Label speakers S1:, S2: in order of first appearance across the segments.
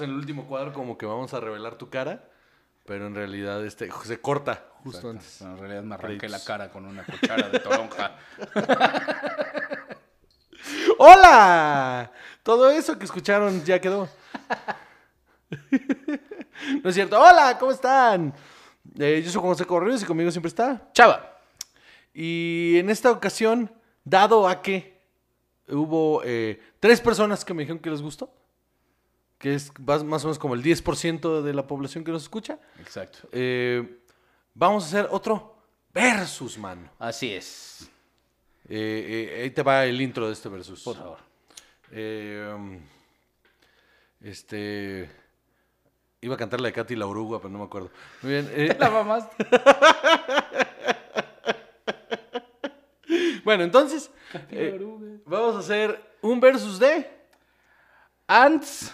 S1: dar como que vamos a revelar tu cara, pero en realidad este se corta justo
S2: Exacto.
S1: antes.
S2: Bueno, en realidad me arranqué
S1: Prits.
S2: la cara con una cuchara de toronja.
S1: ¡Hola! Todo eso que escucharon ya quedó. no es cierto. ¡Hola! ¿Cómo están? Eh, yo soy Juan José Correos y conmigo siempre está.
S2: Chava.
S1: Y en esta ocasión, dado a que hubo eh, tres personas que me dijeron que les gustó, que es más más o menos como el 10% de la población que nos escucha,
S2: Exacto.
S1: eh, vamos a hacer otro versus, man.
S2: Así es.
S1: Eh, eh, ahí te va el intro de este versus.
S2: Por favor.
S1: Eh, um, este. Iba a cantar la de Katy la oruga, pero no me acuerdo. Muy bien. eh,
S2: La mamaste.
S1: bueno, entonces. eh,
S2: Oruga.
S1: vamos a hacer un versus de.
S2: Ants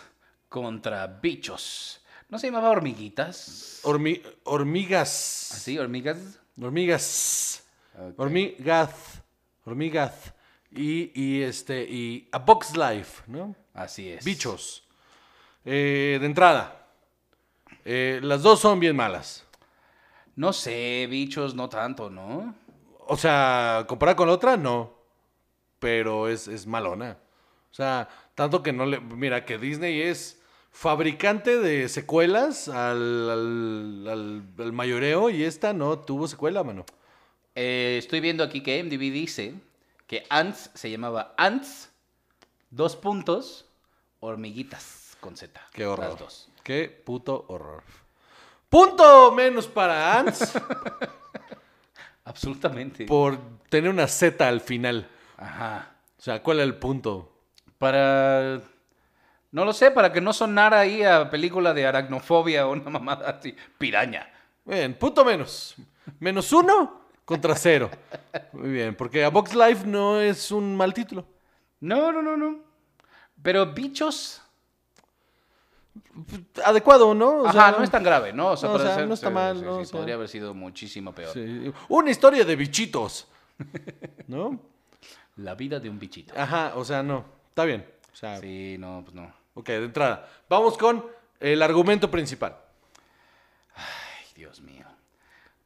S2: contra bichos. ¿No se llamaba hormiguitas?
S1: hormi- hormigas.
S2: Así, hormigas.
S1: Hormigas.
S2: Ok.
S1: Hormigaz. Hormigaz. Y, y este. Y a Box Life, ¿no?
S2: Así es.
S1: Bichos. Eh, de entrada. eh, las dos son bien malas.
S2: No sé, bichos no tanto, ¿no?
S1: O sea, comparada con la otra, no. Pero es, es malona. O sea, tanto que no le. Mira, que Disney es fabricante de secuelas al, al- al- al mayoreo y esta no tuvo secuela, mano.
S2: Eh, estoy viendo aquí que MDB dice que Ants se llamaba Ants, dos puntos, hormiguitas con Z.
S1: Qué horror.
S2: Las dos.
S1: Qué puto horror. Punto menos para Ants
S2: Absolutamente.
S1: por tener una Z al final.
S2: Ajá.
S1: O sea, ¿cuál era el punto?
S2: Para. No lo sé, para que no sonara ahí a película de aracnofobia o una mamada así. Piraña.
S1: Bien, punto menos. Menos uno contra cero. Muy bien, porque a Box Life no es un mal título.
S2: No, no, no, no. Pero bichos.
S1: adecuado, ¿no? O sea,
S2: Ajá, no es tan grave, ¿no? O sea,
S1: no, o
S2: para
S1: sea,
S2: ser-
S1: no está
S2: sí,
S1: mal,
S2: sí,
S1: no,
S2: sí,
S1: o sea.
S2: Podría haber sido muchísimo peor.
S1: sí. Una historia de bichitos. ¿No?
S2: La vida de un bichito.
S1: Ajá, o sea, no. Está bien. O sea,
S2: Sí, no, pues no.
S1: ok, de entrada. Vamos con el argumento principal.
S2: Ay, Dios mío.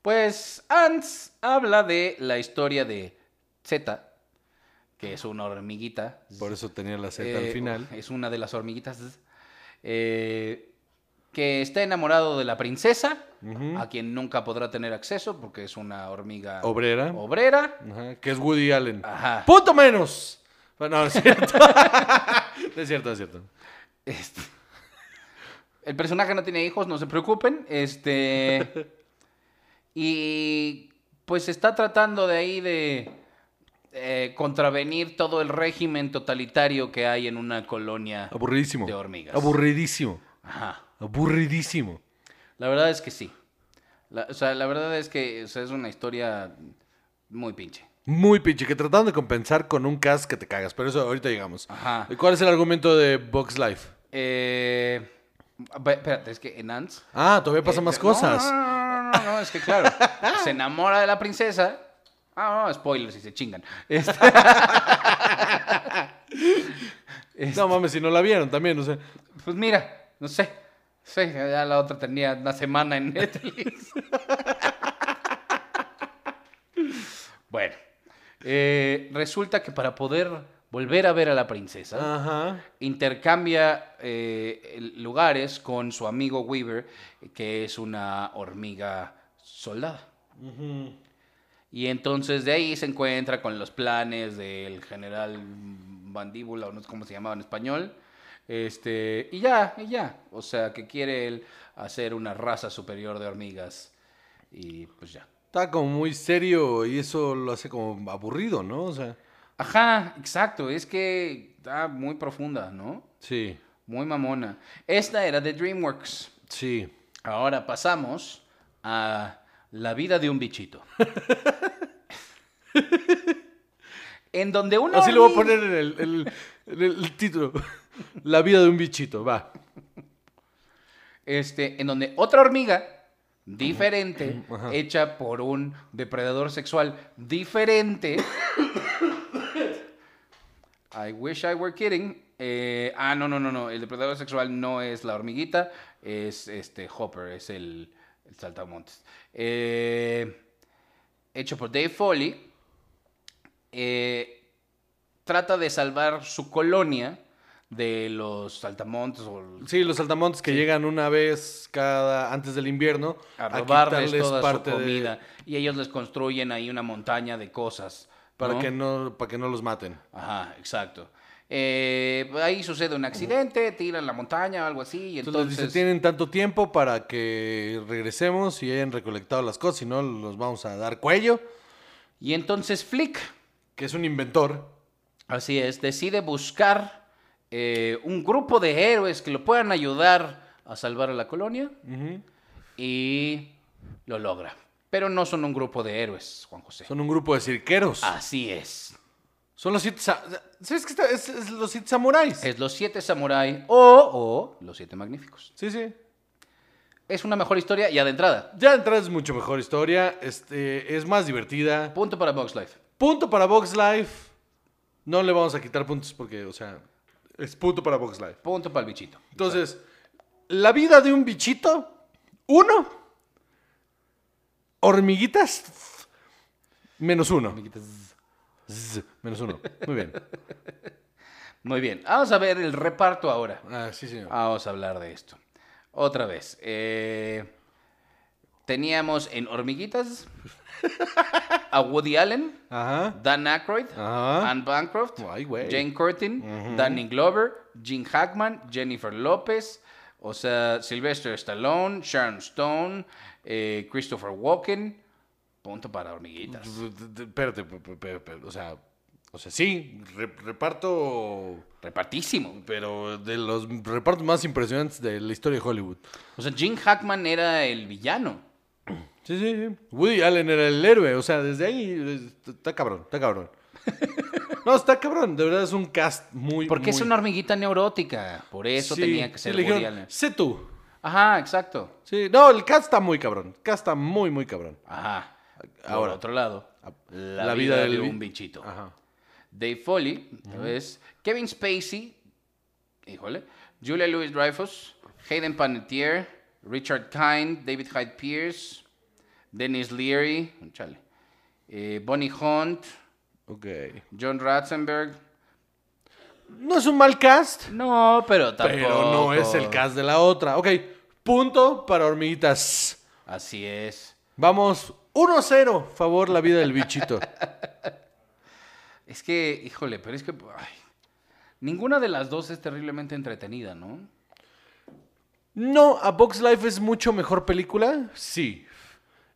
S2: Pues Ants habla de la historia de Z, que es una hormiguita.
S1: Por eso tenía la Z
S2: Eh,
S1: al final.
S2: Es una de las hormiguitas. eh, que está enamorado de la princesa,
S1: Ujú.
S2: a quien nunca podrá tener acceso porque es una hormiga
S1: Obrera.
S2: oh. obrera.
S1: Ajá, que es Woody Allen.
S2: Ajá.
S1: ¡Punto menos! Bueno, no, es cierto. No es cierto, no es cierto.
S2: Este, El personaje no tiene hijos, no se preocupen. Este. Y pues está tratando de ahí de eh, contravenir todo el régimen totalitario que hay en una colonia.
S1: Aburridísimo.
S2: De hormigas.
S1: Aburridísimo.
S2: Ajá.
S1: Aburridísimo.
S2: La verdad es que sí. La, o sea, la verdad es que o sea, es una historia muy pinche.
S1: Muy pinche, que trataron de compensar con un cast que te cagas, pero eso ahorita llegamos.
S2: Ajá.
S1: ¿Cuál es el argumento de Box Life?
S2: Eh, ve- espérate, es que en Ants.
S1: Ah, todavía pasan
S2: Eh,
S1: más
S2: no,
S1: cosas.
S2: No, no, no, no, no, es que claro. pues, se enamora de la princesa. Ah, no, spoilers y se chingan. Este,
S1: No
S2: este
S1: mames, si no la vieron también, o sea.
S2: pues mira, no sé. Sí, ya la otra tenía una semana en Netflix. bueno, eh, resulta que para poder volver a ver a la princesa,
S1: Ajá.
S2: intercambia eh, el- lugares con su amigo Weaver, que es una hormiga soldada. Y entonces de ahí se encuentra con los planes del general Bandíbula, o no sé cómo se llamaba en español. Este, y ya, y ya. O sea, que quiere él hacer una raza superior de hormigas. Y pues ya.
S1: Está como muy serio y eso lo hace como aburrido, ¿no? O sea.
S2: Ajá, exacto. Es que está muy profunda, ¿no?
S1: Sí,
S2: Muy mamona. Esta era de DreamWorks.
S1: sí.
S2: Ahora pasamos a la vida de un bichito. en donde una
S1: Así lo voy a
S2: hormiga-
S1: poner en el, el- en el título. La vida de un bichito, va.
S2: este, en donde otra hormiga diferente,
S1: Ajá.
S2: hecha por un depredador sexual diferente, I Wish I Were Kidding. eh, ah, no, no, no, no. El depredador sexual no es la hormiguita, es este Hopper, es el, el saltamontes. Eh, hecho por Dave Foley. eh, trata de salvar su colonia de los saltamontes o
S1: Sí, los saltamontes que llegan una vez cada antes del invierno
S2: a robarles
S1: quitarles
S2: toda su
S1: de-
S2: comida. Y ellos les construyen ahí una montaña de cosas.
S1: para
S2: ¿no?
S1: que no para que no los maten.
S2: Ajá, exacto. Eh, ahí sucede un accidente, tiran la montaña o algo así. Y
S1: Entonces,
S2: entonces,
S1: dice, tienen tanto tiempo para que regresemos y hayan recolectado las cosas, si no los vamos a dar cuello,
S2: y entonces Flick,
S1: que es un inventor.
S2: así es, decide buscar eh, un grupo de héroes que lo puedan ayudar a salvar a la colonia
S1: Ujú.
S2: y lo logra. Pero no son un grupo de héroes, Juan José.
S1: Son un grupo de cirqueros.
S2: Así es.
S1: Son los siete sa- ¿Sabes qué está? Es, es los siete samuráis.
S2: Es los siete samuráis o, o los siete magníficos.
S1: Sí, sí.
S2: Es una mejor historia ya de entrada.
S1: Ya de entrada es mucho mejor historia. Este, es más divertida.
S2: Punto para Box Life.
S1: Punto para Vox Life. No le vamos a quitar puntos porque, o sea, es punto para Vox Life.
S2: Punto para el bichito.
S1: Entonces, la vida de un bichito, uno, hormiguitas, menos uno. Z, menos uno. Muy bien.
S2: Muy bien, vamos a ver el reparto ahora.
S1: Ah, sí, señor.
S2: Vamos a hablar de esto. Otra vez. eh, teníamos en Hormiguitas a Woody Allen,
S1: Ajá.
S2: Dan Aykroyd,
S1: Ajá.
S2: Anne Bancroft,
S1: Ay, güey.
S2: Jane Curtin, Danny Glover, Jim Hackman, Jennifer López, o sea, Sylvester Stallone, Sharon Stone, eh, Christopher Walken. Punto para Hormiguitas.
S1: Espérate, pe- pe- pe- pe- o sea, o sea, sí, re- reparto,
S2: Repartísimo.
S1: pero de los repartos más impresionantes de la historia de Hollywood.
S2: O sea, Jim Hackman era el villano.
S1: Sí, sí, sí. Woody Allen era el héroe, o sea, desde ahí es- está cabrón, está cabrón. No, está cabrón, de verdad es un cast muy.
S2: Porque es
S1: muy-
S2: una hormiguita neurótica. Por eso
S1: Sí,
S2: tenía que
S1: sí,
S2: ser
S1: le dijeron,
S2: Woody Allen.
S1: Sé tú.
S2: Ajá, exacto.
S1: Sí, no, el cast está muy cabrón. El cast está muy, muy cabrón.
S2: Ajá. Ahora,
S1: Ahora.
S2: otro lado. La, vida, de
S1: bi-
S2: un bichito.
S1: Ajá.
S2: Dave Foley, otra vez. Kevin Spacey. Híjole. Julia Louis Dreyfus. Hayden Panettiere. Richard Kind. David Hyde Pierce. Dennis Leary. Chale. eh, Bonnie Hunt.
S1: Ok.
S2: John Ratzenberg.
S1: No es un mal cast,
S2: No, pero tampoco.
S1: pero no es el cast de la otra. Ok, punto para hormiguitas.
S2: Así es.
S1: Vamos, 1-0, favor la vida del bichito.
S2: Es que, híjole, pero es que. ay, ninguna de las dos es terriblemente entretenida, ¿no?
S1: No, ¿A Box Life es mucho mejor película? Sí.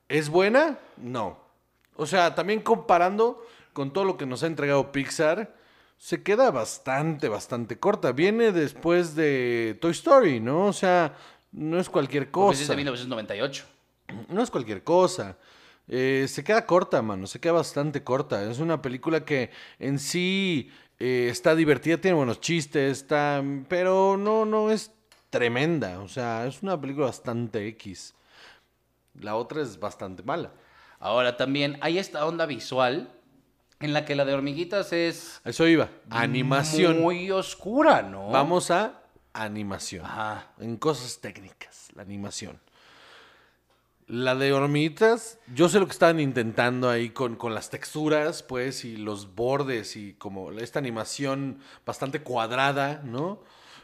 S1: ¿Es buena? No. O sea, también comparando con todo lo que nos ha entregado Pixar, se queda bastante, bastante corta. Viene después de Toy Story, ¿no? O sea, no es cualquier
S2: Porque sí es
S1: cosa.
S2: de 1998.
S1: No es cualquier cosa. Eh, se queda corta, mano. Se queda bastante corta. Es una película que en sí eh, está divertida, tiene buenos chistes, está. Pero no, no es tremenda. O sea, es una película bastante X. La otra es bastante mala.
S2: Ahora también hay esta onda visual en la que la de hormiguitas es.
S1: A Eso iba. Animación.
S2: Muy oscura, ¿no?
S1: Vamos a animación.
S2: Ajá.
S1: En cosas técnicas, la animación. La de hormiguitas, yo sé lo que estaban intentando ahí con, con las texturas, pues, y los bordes y como esta animación bastante cuadrada, ¿no?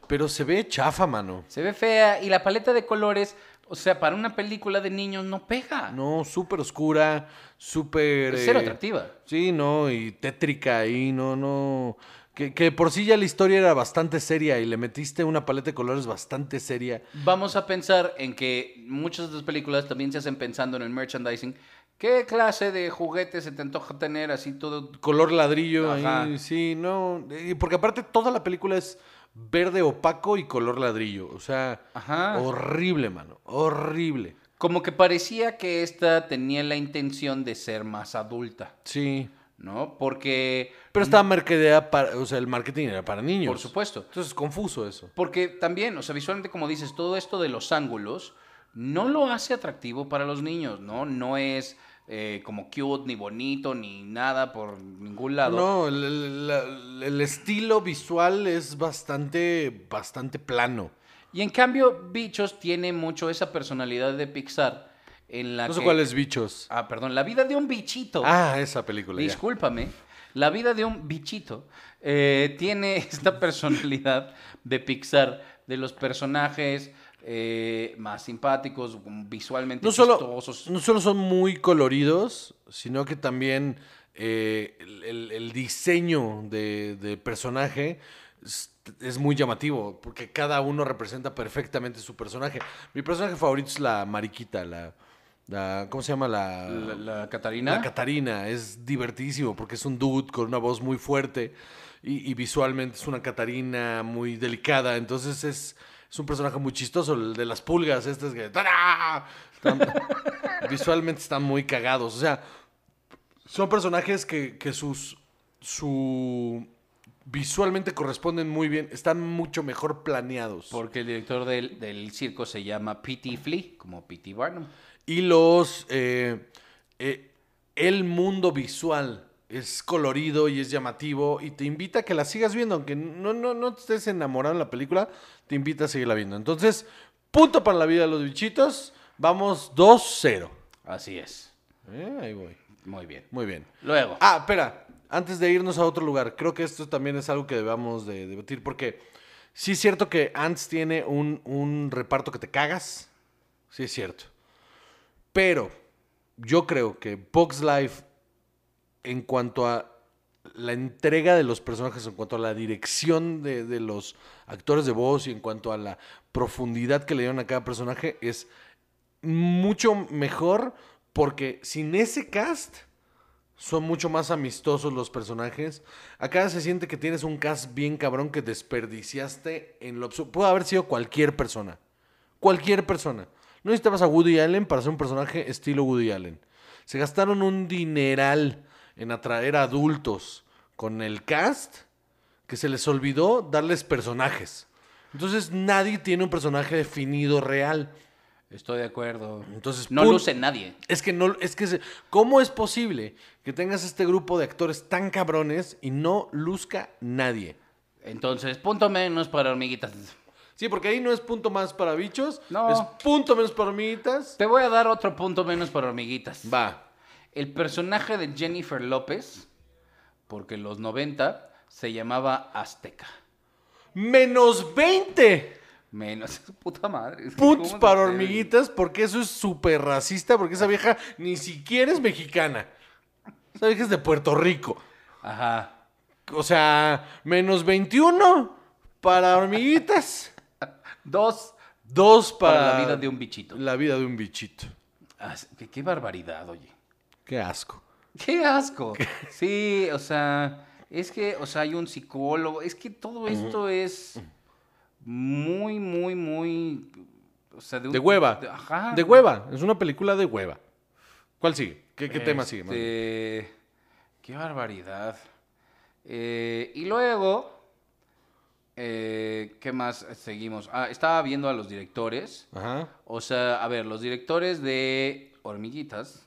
S1: Pero se ve chafa, mano.
S2: Se ve fea y la paleta de colores, o sea, para una película de niños no pega.
S1: No, súper oscura, súper...
S2: es cero
S1: eh,
S2: atractiva.
S1: Sí, no, y tétrica ahí, no, no. Que, que por sí ya la historia era bastante seria y le metiste una paleta de colores bastante seria.
S2: Vamos a pensar en que muchas de las películas también se hacen pensando en el merchandising. ¿Qué clase de juguete se te antoja tener así todo
S1: color ladrillo
S2: Ajá.
S1: ahí, sí, no, eh, porque aparte toda la película es verde opaco y color ladrillo, o sea,
S2: Ajá.
S1: horrible, mano, horrible.
S2: Como que parecía que esta tenía la intención de ser más adulta,
S1: Sí,
S2: ¿no? Porque,
S1: pero estaba mercadeada para, o sea, el marketing era para niños.
S2: por supuesto,
S1: Entonces es confuso eso.
S2: porque también, o sea, visualmente como dices, todo esto de los ángulos no lo hace atractivo para los niños, ¿no? No es eh, como cute, ni bonito, ni nada por ningún lado.
S1: No, el, el- la- el estilo visual es bastante, bastante plano.
S2: Y en cambio, Bichos tiene mucho esa personalidad de Pixar en la
S1: No sé
S2: que-
S1: cuáles bichos.
S2: Ah, perdón, la vida de un bichito.
S1: Ah, esa película. ya.
S2: Discúlpame. La vida de un bichito eh, tiene esta personalidad de Pixar, de los personajes eh, más simpáticos, visualmente
S1: No solo,
S2: chistosos.
S1: no solo son muy coloridos, sino que también eh, el, el- el diseño de, de personaje es, es muy llamativo, porque cada uno representa perfectamente su personaje. Mi personaje favorito es la mariquita, la... la- ¿Cómo se llama? La,
S2: La, la Catarina.
S1: Ah. la Catarina. Es divertidísimo, porque es un dude con una voz muy fuerte y, y visualmente es una Catarina muy delicada. Entonces es... Es un personaje muy chistoso, el de las pulgas, estas que... ¡Tará! visualmente están muy cagados. O sea, son personajes que, que sus. su. visualmente corresponden muy bien. Están mucho mejor planeados.
S2: porque el director del, del circo se llama P.T. Flea, como P.T. Barnum.
S1: Y los. eh, eh, el mundo visual es colorido y es llamativo. Y te invita a que la sigas viendo. Aunque no, no, no estés enamorado de la película, te invita a seguirla viendo. Entonces, punto para la vida de los bichitos. Vamos 2-0.
S2: Así es.
S1: Eh, ahí voy.
S2: Muy bien.
S1: Muy bien.
S2: Luego.
S1: Ah, espera. Antes de irnos a otro lugar, creo que esto también es algo que debamos de debatir porque sí es cierto que Ants tiene un, un reparto que te cagas. Sí es cierto. Pero yo creo que Box Life, en cuanto a la entrega de los personajes, en cuanto a la dirección de, de los actores de voz y en cuanto a la profundidad que le dieron a cada personaje, es mucho mejor porque sin ese cast son mucho más amistosos los personajes. Acá se siente que tienes un cast bien cabrón que desperdiciaste en lo absurdo. Puede haber sido cualquier persona. Cualquier persona. No necesitabas a Woody Allen para ser un personaje estilo Woody Allen. Se gastaron un dineral en atraer a adultos con el cast que se les olvidó darles personajes. Entonces nadie tiene un personaje definido real.
S2: Estoy de acuerdo.
S1: Entonces,
S2: no
S1: pun-
S2: luce nadie.
S1: es que no, es que se- ¿cómo es posible que tengas este grupo de actores tan cabrones y no luzca nadie?
S2: Entonces, punto menos para hormiguitas.
S1: Sí, porque ahí no es punto más para bichos,
S2: No.
S1: es punto menos para hormiguitas.
S2: Te voy a dar otro punto menos para hormiguitas.
S1: Va.
S2: El personaje de Jennifer López, porque en los 90 se llamaba Azteca.
S1: Menos 20
S2: Menos puta madre.
S1: puntos
S2: ¿Cómo
S1: para
S2: se-
S1: hormiguitas porque eso es súper racista porque esa vieja ni siquiera es mexicana. Esa vieja es de Puerto Rico.
S2: Ajá.
S1: O sea, menos 21 para hormiguitas,
S2: Dos
S1: dos para,
S2: para, la vida de un bichito.
S1: la vida de un bichito.
S2: As- qué, qué barbaridad, oye.
S1: Qué asco.
S2: Qué asco. Sí, o sea, es que, o sea, hay un psicólogo. Es que todo esto es muy, muy, muy. O sea, un-
S1: De hueva.
S2: de- ajá.
S1: De hueva. Es una película de hueva. ¿Cuál sigue? ¿Qué, qué tema sigue? más bien?
S2: Este, Qué barbaridad. Eh, y luego, eh, ¿qué más seguimos? Ah, estaba viendo a los directores.
S1: Ajá.
S2: O sea, a ver, los directores de Hormiguitas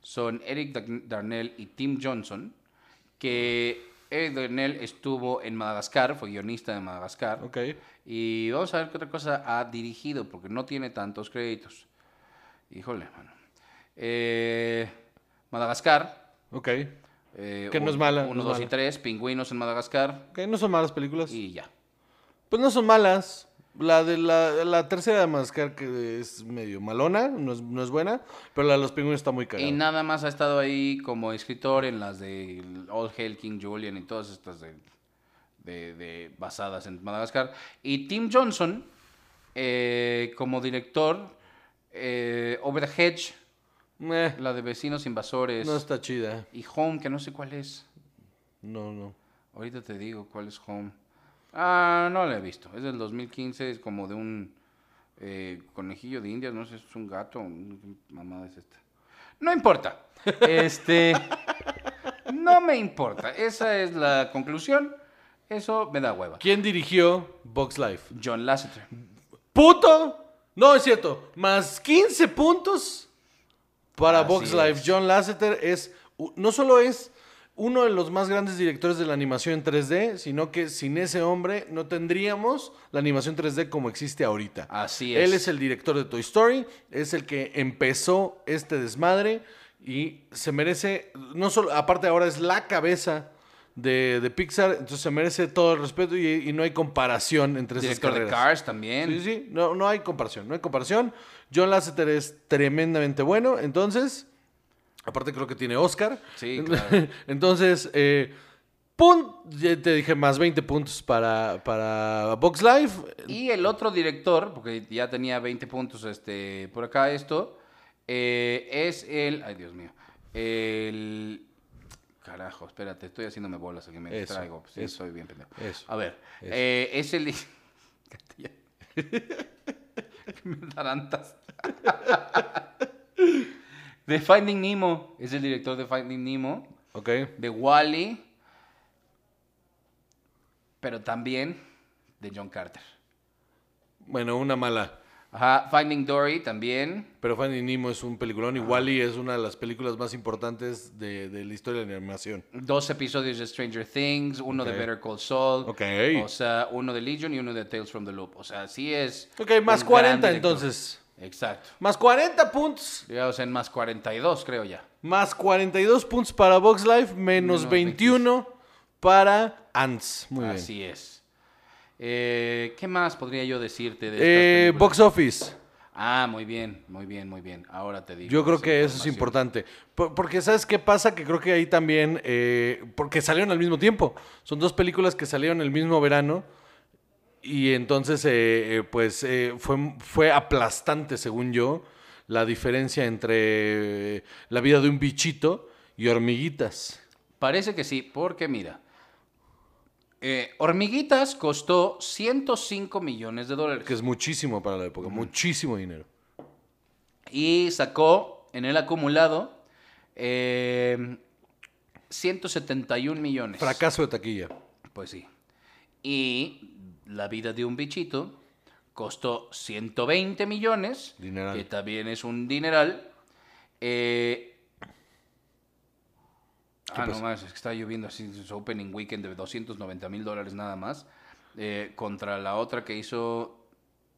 S2: son Eric Dag- Darnell y Tim Johnson, que Eric Darnell estuvo en Madagascar, fue guionista de Madagascar.
S1: Ok.
S2: Y vamos a ver qué otra cosa ha dirigido, porque no tiene tantos créditos. Híjole, mano. Eh, Madagascar.
S1: Ok.
S2: eh,
S1: Que no
S2: un-
S1: es mala, no
S2: Uno,
S1: es
S2: dos y
S1: mala.
S2: tres. Pingüinos en Madagascar.
S1: Ok, no son malas películas.
S2: Y ya.
S1: Pues no son malas. La de la, la tercera de Madagascar que es medio malona, no es, no es buena, pero la de los pingüinos está muy cagada.
S2: Y nada más ha estado ahí como escritor en las de All Hail King Julian y todas estas de, de- de- basadas en Madagascar. Y Tim Johnson eh, como director, eh, Over the Hedge,
S1: Meh,
S2: la de Vecinos Invasores.
S1: Eh, no está chida.
S2: Y Home, que no sé cuál es.
S1: No, no.
S2: Ahorita te digo cuál es Home. Ah, no la he visto. Es del 2015, es como de un eh, conejillo de indias, no sé, es un gato, un- qué mamada es esta. No importa. Este, no me importa. Esa es la conclusión. Eso me da hueva.
S1: ¿Quién dirigió Box Life?
S2: John Lasseter.
S1: ¡Puto! No, es cierto. Más 15 puntos para
S2: Así
S1: Box Life.
S2: es.
S1: John Lasseter es, u- no solo es uno de los más grandes directores de la animación en 3D, sino que sin ese hombre no tendríamos la animación 3D como existe ahorita.
S2: Así
S1: Él
S2: es.
S1: es el director de Toy Story, es el que empezó este desmadre y se merece, no solo, aparte ahora es la cabeza de, de Pixar, entonces se merece todo el respeto y, y no hay comparación entre esas
S2: Director de
S1: carreras.
S2: Cars también.
S1: Sí, sí, no, no hay comparación, no hay comparación. John Lasseter es tremendamente bueno, entonces, aparte creo que tiene Oscar.
S2: Sí, claro.
S1: entonces, eh, pun- ya te dije más 20 puntos para, para Box Life.
S2: Y el otro director, porque ya tenía 20 puntos este, por acá esto, eh, es el... Ay, Dios mío. El... Carajo, espérate, estoy haciéndome bolas aquí, me
S1: Eso,
S2: distraigo. pues, Sí,
S1: eso.
S2: soy bien pendejo.
S1: Eso.
S2: A ver, eh, es el... me tarantas. de Finding Nemo, es el director de Finding Nemo,
S1: Ok.
S2: de Wally, pero también de John Carter.
S1: Bueno, una mala.
S2: Ajá, Finding Dory también.
S1: Pero Finding Nemo es un peliculón y
S2: Ah.
S1: Wally es una de las películas más importantes de, de la historia de la animación.
S2: Dos episodios de Stranger Things, uno
S1: Ok.
S2: de Better Call Saul.
S1: Ok.
S2: O sea, uno de Legion y uno de Tales from the Loop. O sea, sí es.
S1: Ok, más
S2: un gran
S1: 40
S2: director.
S1: entonces.
S2: Exacto.
S1: Más 40 puntos.
S2: Digamos en más 42, creo ya.
S1: Más 42 puntos para Box Life, menos,
S2: Menos
S1: 21 para Ants. Muy bien.
S2: Así es. Eh, ¿Qué más podría yo decirte de estas
S1: Eh,
S2: películas?
S1: box Office.
S2: Ah, muy bien, muy bien, muy bien. Ahora te digo.
S1: Yo creo
S2: esa
S1: que eso es
S2: información.
S1: importante. Por- porque ¿sabes qué pasa? Que creo que ahí también, eh, porque salieron al mismo tiempo. Son dos películas que salieron el mismo verano. Y entonces, eh, eh, pues, eh, fue, fue aplastante, según yo, la diferencia entre eh, la vida de un bichito y hormiguitas.
S2: Parece que sí, porque mira. eh, Hormiguitas costó 105 millones de dólares.
S1: Que es muchísimo para la época, muchísimo dinero.
S2: Y sacó en el acumulado eh, 171 millones.
S1: Fracaso de taquilla.
S2: Pues sí. Y La vida de un bichito costó 120 millones.
S1: Dineral.
S2: Que también es un dineral. Eh, ah, no
S1: pasó?
S2: más, es que está lloviendo así. Es opening weekend de 290 mil dólares nada más. eh, contra la otra que hizo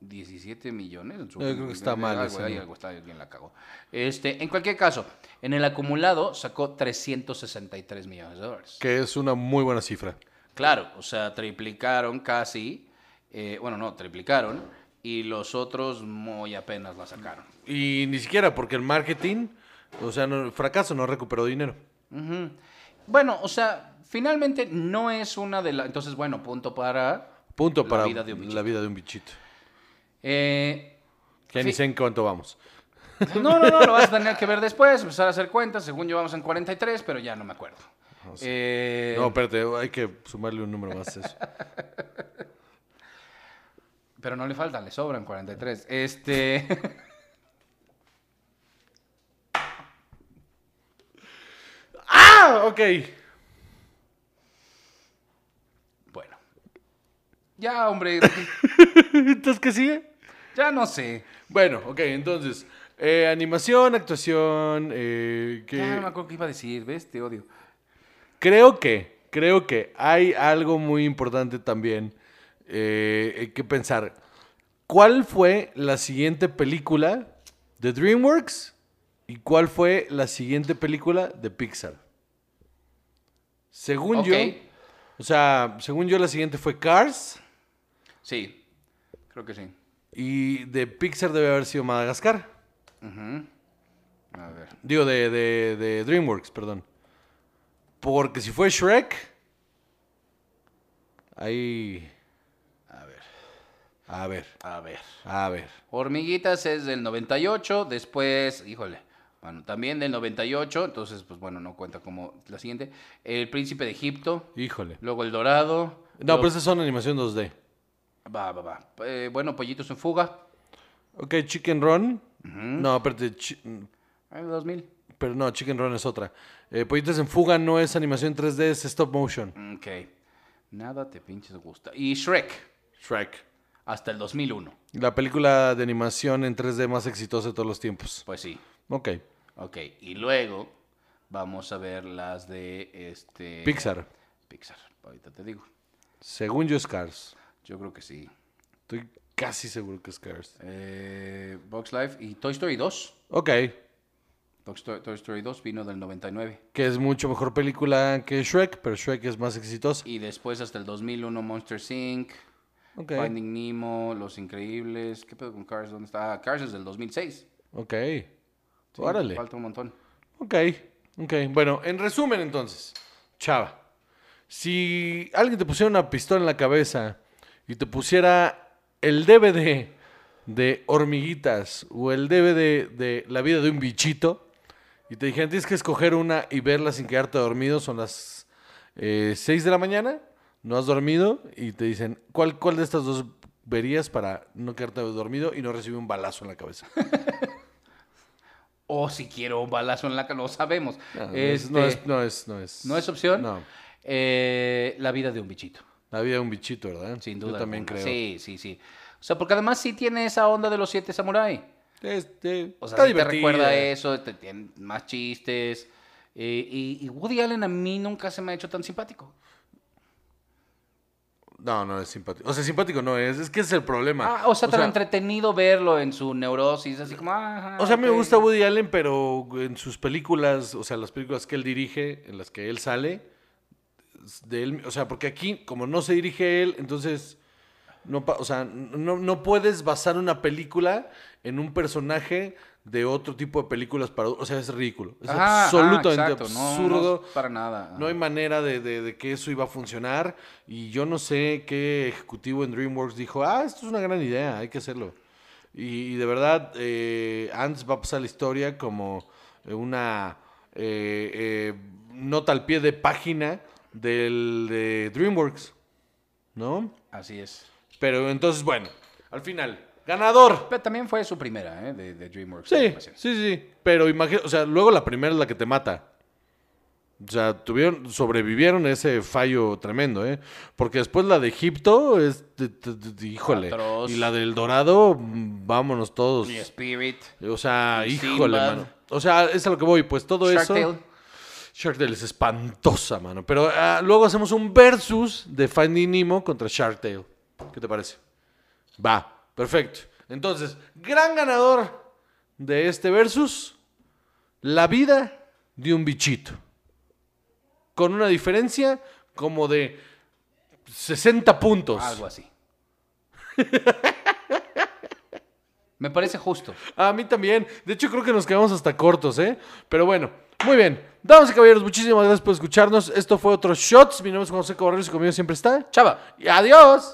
S2: 17 millones. en su
S1: No, yo creo que está mal
S2: Algo,
S1: ese,
S2: ahí
S1: ¿no?
S2: algo está, alguien la cagó. Este, en cualquier caso, en el acumulado sacó 363 millones de dólares.
S1: Que es una muy buena cifra.
S2: Claro, o sea, triplicaron casi, eh, bueno, no, triplicaron, y los otros muy apenas la sacaron.
S1: Y ni siquiera, porque el marketing, o sea, no, fracaso no recuperó dinero.
S2: Ujú. Bueno, o sea, finalmente no es una de las... Entonces, bueno, punto para...
S1: Punto
S2: La
S1: para
S2: vida de un bichito.
S1: la vida de un bichito.
S2: eh,
S1: Que ni
S2: Sí.
S1: sé en cuánto vamos.
S2: no, no, no, lo vas a tener que ver después, empezar a hacer cuentas, según yo vamos en 43, pero ya no me acuerdo. Eh,
S1: Oh, No, espérate, hay que sumarle un número más a eso.
S2: Pero no le faltan, le sobran 43. Este.
S1: ¡Ah! Ok.
S2: bueno. Ya, hombre.
S1: Entonces, ¿qué sigue?
S2: Ya no sé.
S1: Bueno, ok, entonces. eh, animación, actuación. eh, que-
S2: Ya no me acuerdo qué iba a decir, ¿ves? Te odio.
S1: Creo que, creo que hay algo muy importante también eh, hay que pensar. ¿Cuál fue la siguiente película de DreamWorks y cuál fue la siguiente película de Pixar? Según
S2: Ok.
S1: yo, o sea, según yo la siguiente fue Cars
S2: Sí, creo que sí.
S1: y de Pixar debe haber sido Madagascar.
S2: A ver.
S1: Digo, de, de- de DreamWorks, perdón. Porque si fue Shrek, ahí...
S2: A ver.
S1: A ver,
S2: A ver.
S1: a ver.
S2: Hormiguitas es del 98, después, híjole, bueno, también del 98, entonces, pues bueno, no cuenta como la siguiente. El Príncipe de Egipto,
S1: Híjole.
S2: luego El Dorado.
S1: No,
S2: luego-
S1: pero esas son animación 2D.
S2: Va, va, va. Eh, bueno, Pollitos en Fuga,
S1: Ok, Chicken Run. No, espérate. chi-
S2: año 2000.
S1: Pero no, Chicken Run es otra. Eh, Pollitos en Fuga no es animación 3D, es stop motion.
S2: Ok. Nada te pinches gusta. Y Shrek,
S1: Shrek.
S2: hasta el 2001.
S1: La película de animación en 3D más exitosa de todos los tiempos.
S2: Pues sí.
S1: Ok.
S2: Ok, y luego vamos a ver las de este...
S1: Pixar.
S2: Pixar, ahorita te digo.
S1: Según yo, es Cars.
S2: Yo creo que sí.
S1: Estoy casi seguro que es Cars.
S2: Eh, Box Life y Toy Story 2.
S1: Ok.
S2: Toy Story, Toy Story 2 vino del 99.
S1: Que es mucho mejor película que Shrek, pero Shrek es más exitosa.
S2: Y después hasta el 2001 Monster Inc.
S1: Ok.
S2: Finding Nemo, Los Increíbles. ¿Qué pedo con Cars? ¿Dónde está? Ah, Cars es del 2006.
S1: Ok.
S2: Sí,
S1: Órale.
S2: Falta un montón.
S1: Ok, ok. Bueno, en resumen entonces, Chava, si alguien te pusiera una pistola en la cabeza y te pusiera el DVD de hormiguitas o el DVD de la vida de un bichito y te dijeran tienes que escoger una y verla sin quedarte dormido, son las eh, 6 de la mañana, no has dormido y te dicen ¿cuál, cuál de estas dos verías para no quedarte dormido y no recibir un balazo en la cabeza.
S2: O si quiero un balazo en la cara, no sabemos.
S1: Ah, No,
S2: Este,
S1: no, es, no, es, no es.
S2: ¿no es opción?
S1: No.
S2: Eh, la vida de un bichito.
S1: La vida de un bichito, ¿verdad?
S2: Sin duda.
S1: Yo también
S2: alguna.
S1: creo.
S2: Sí, sí, sí. O sea, porque además sí tiene esa onda de los siete samuráis.
S1: Este,
S2: O sea,
S1: está
S2: sí te
S1: divertida.
S2: recuerda eso, te, tiene más chistes. eh, y, y Woody Allen a mí nunca se me ha hecho tan simpático.
S1: No, no es simpático. O sea, simpático no es. Es que ese es el problema.
S2: Ah, o sea, tan entretenido verlo en su neurosis, así como... ajá,
S1: o sea, me
S2: ok.
S1: gusta Woody Allen, pero en sus películas, o sea, las películas que él dirige, en las que él sale, es de él, o sea, porque aquí, como no se dirige él, entonces, no, pa- o sea, no, no puedes basar una película en un personaje de otro tipo de películas para, o sea, es ridículo. Es
S2: Ajá, ajá,
S1: absolutamente
S2: exacto, no, no,
S1: absurdo.
S2: para nada.
S1: No hay manera de, de- de que eso iba a funcionar. Y yo no sé qué ejecutivo en DreamWorks dijo, ah, esto es una gran idea, hay que hacerlo. Y, y de verdad, eh, Ants va a pasar la historia como eh, una eh, eh, nota al pie de página del de DreamWorks, ¿no?
S2: Así es.
S1: Pero entonces, bueno, al final, ganador.
S2: Pero también fue su primera, ¿eh? De, de DreamWorks.
S1: Pues Sí, sí,
S2: Animación.
S1: sí. Pero imagino, o sea, luego la primera es la que te mata. O sea, tuvieron, sobrevivieron a ese fallo tremendo, ¿eh? Porque después la de Egipto es, t- t- t- híjole.
S2: Atroz.
S1: Y la del Dorado, mm, vámonos todos.
S2: Y Spirit.
S1: O sea,
S2: Y
S1: híjole,
S2: Sinbad.
S1: mano. O sea, es a lo que voy, pues todo
S2: Shark
S1: eso.
S2: Tale.
S1: Shark Tale es espantosa, mano. Pero ah, luego hacemos un versus de Finding Nemo contra Shark Tale. ¿Qué te parece? Va, perfecto. Entonces, gran ganador de este versus, la vida de un bichito. Con una diferencia como de 60 puntos.
S2: Algo así. me parece justo.
S1: A mí también. De hecho, creo que nos quedamos hasta cortos, ¿eh? Pero bueno, muy bien. Damas y caballeros, muchísimas gracias por escucharnos. Esto fue otro Shots. Mi nombre es Juan José Cabarrero y conmigo siempre está.
S2: Chava.
S1: Y adiós.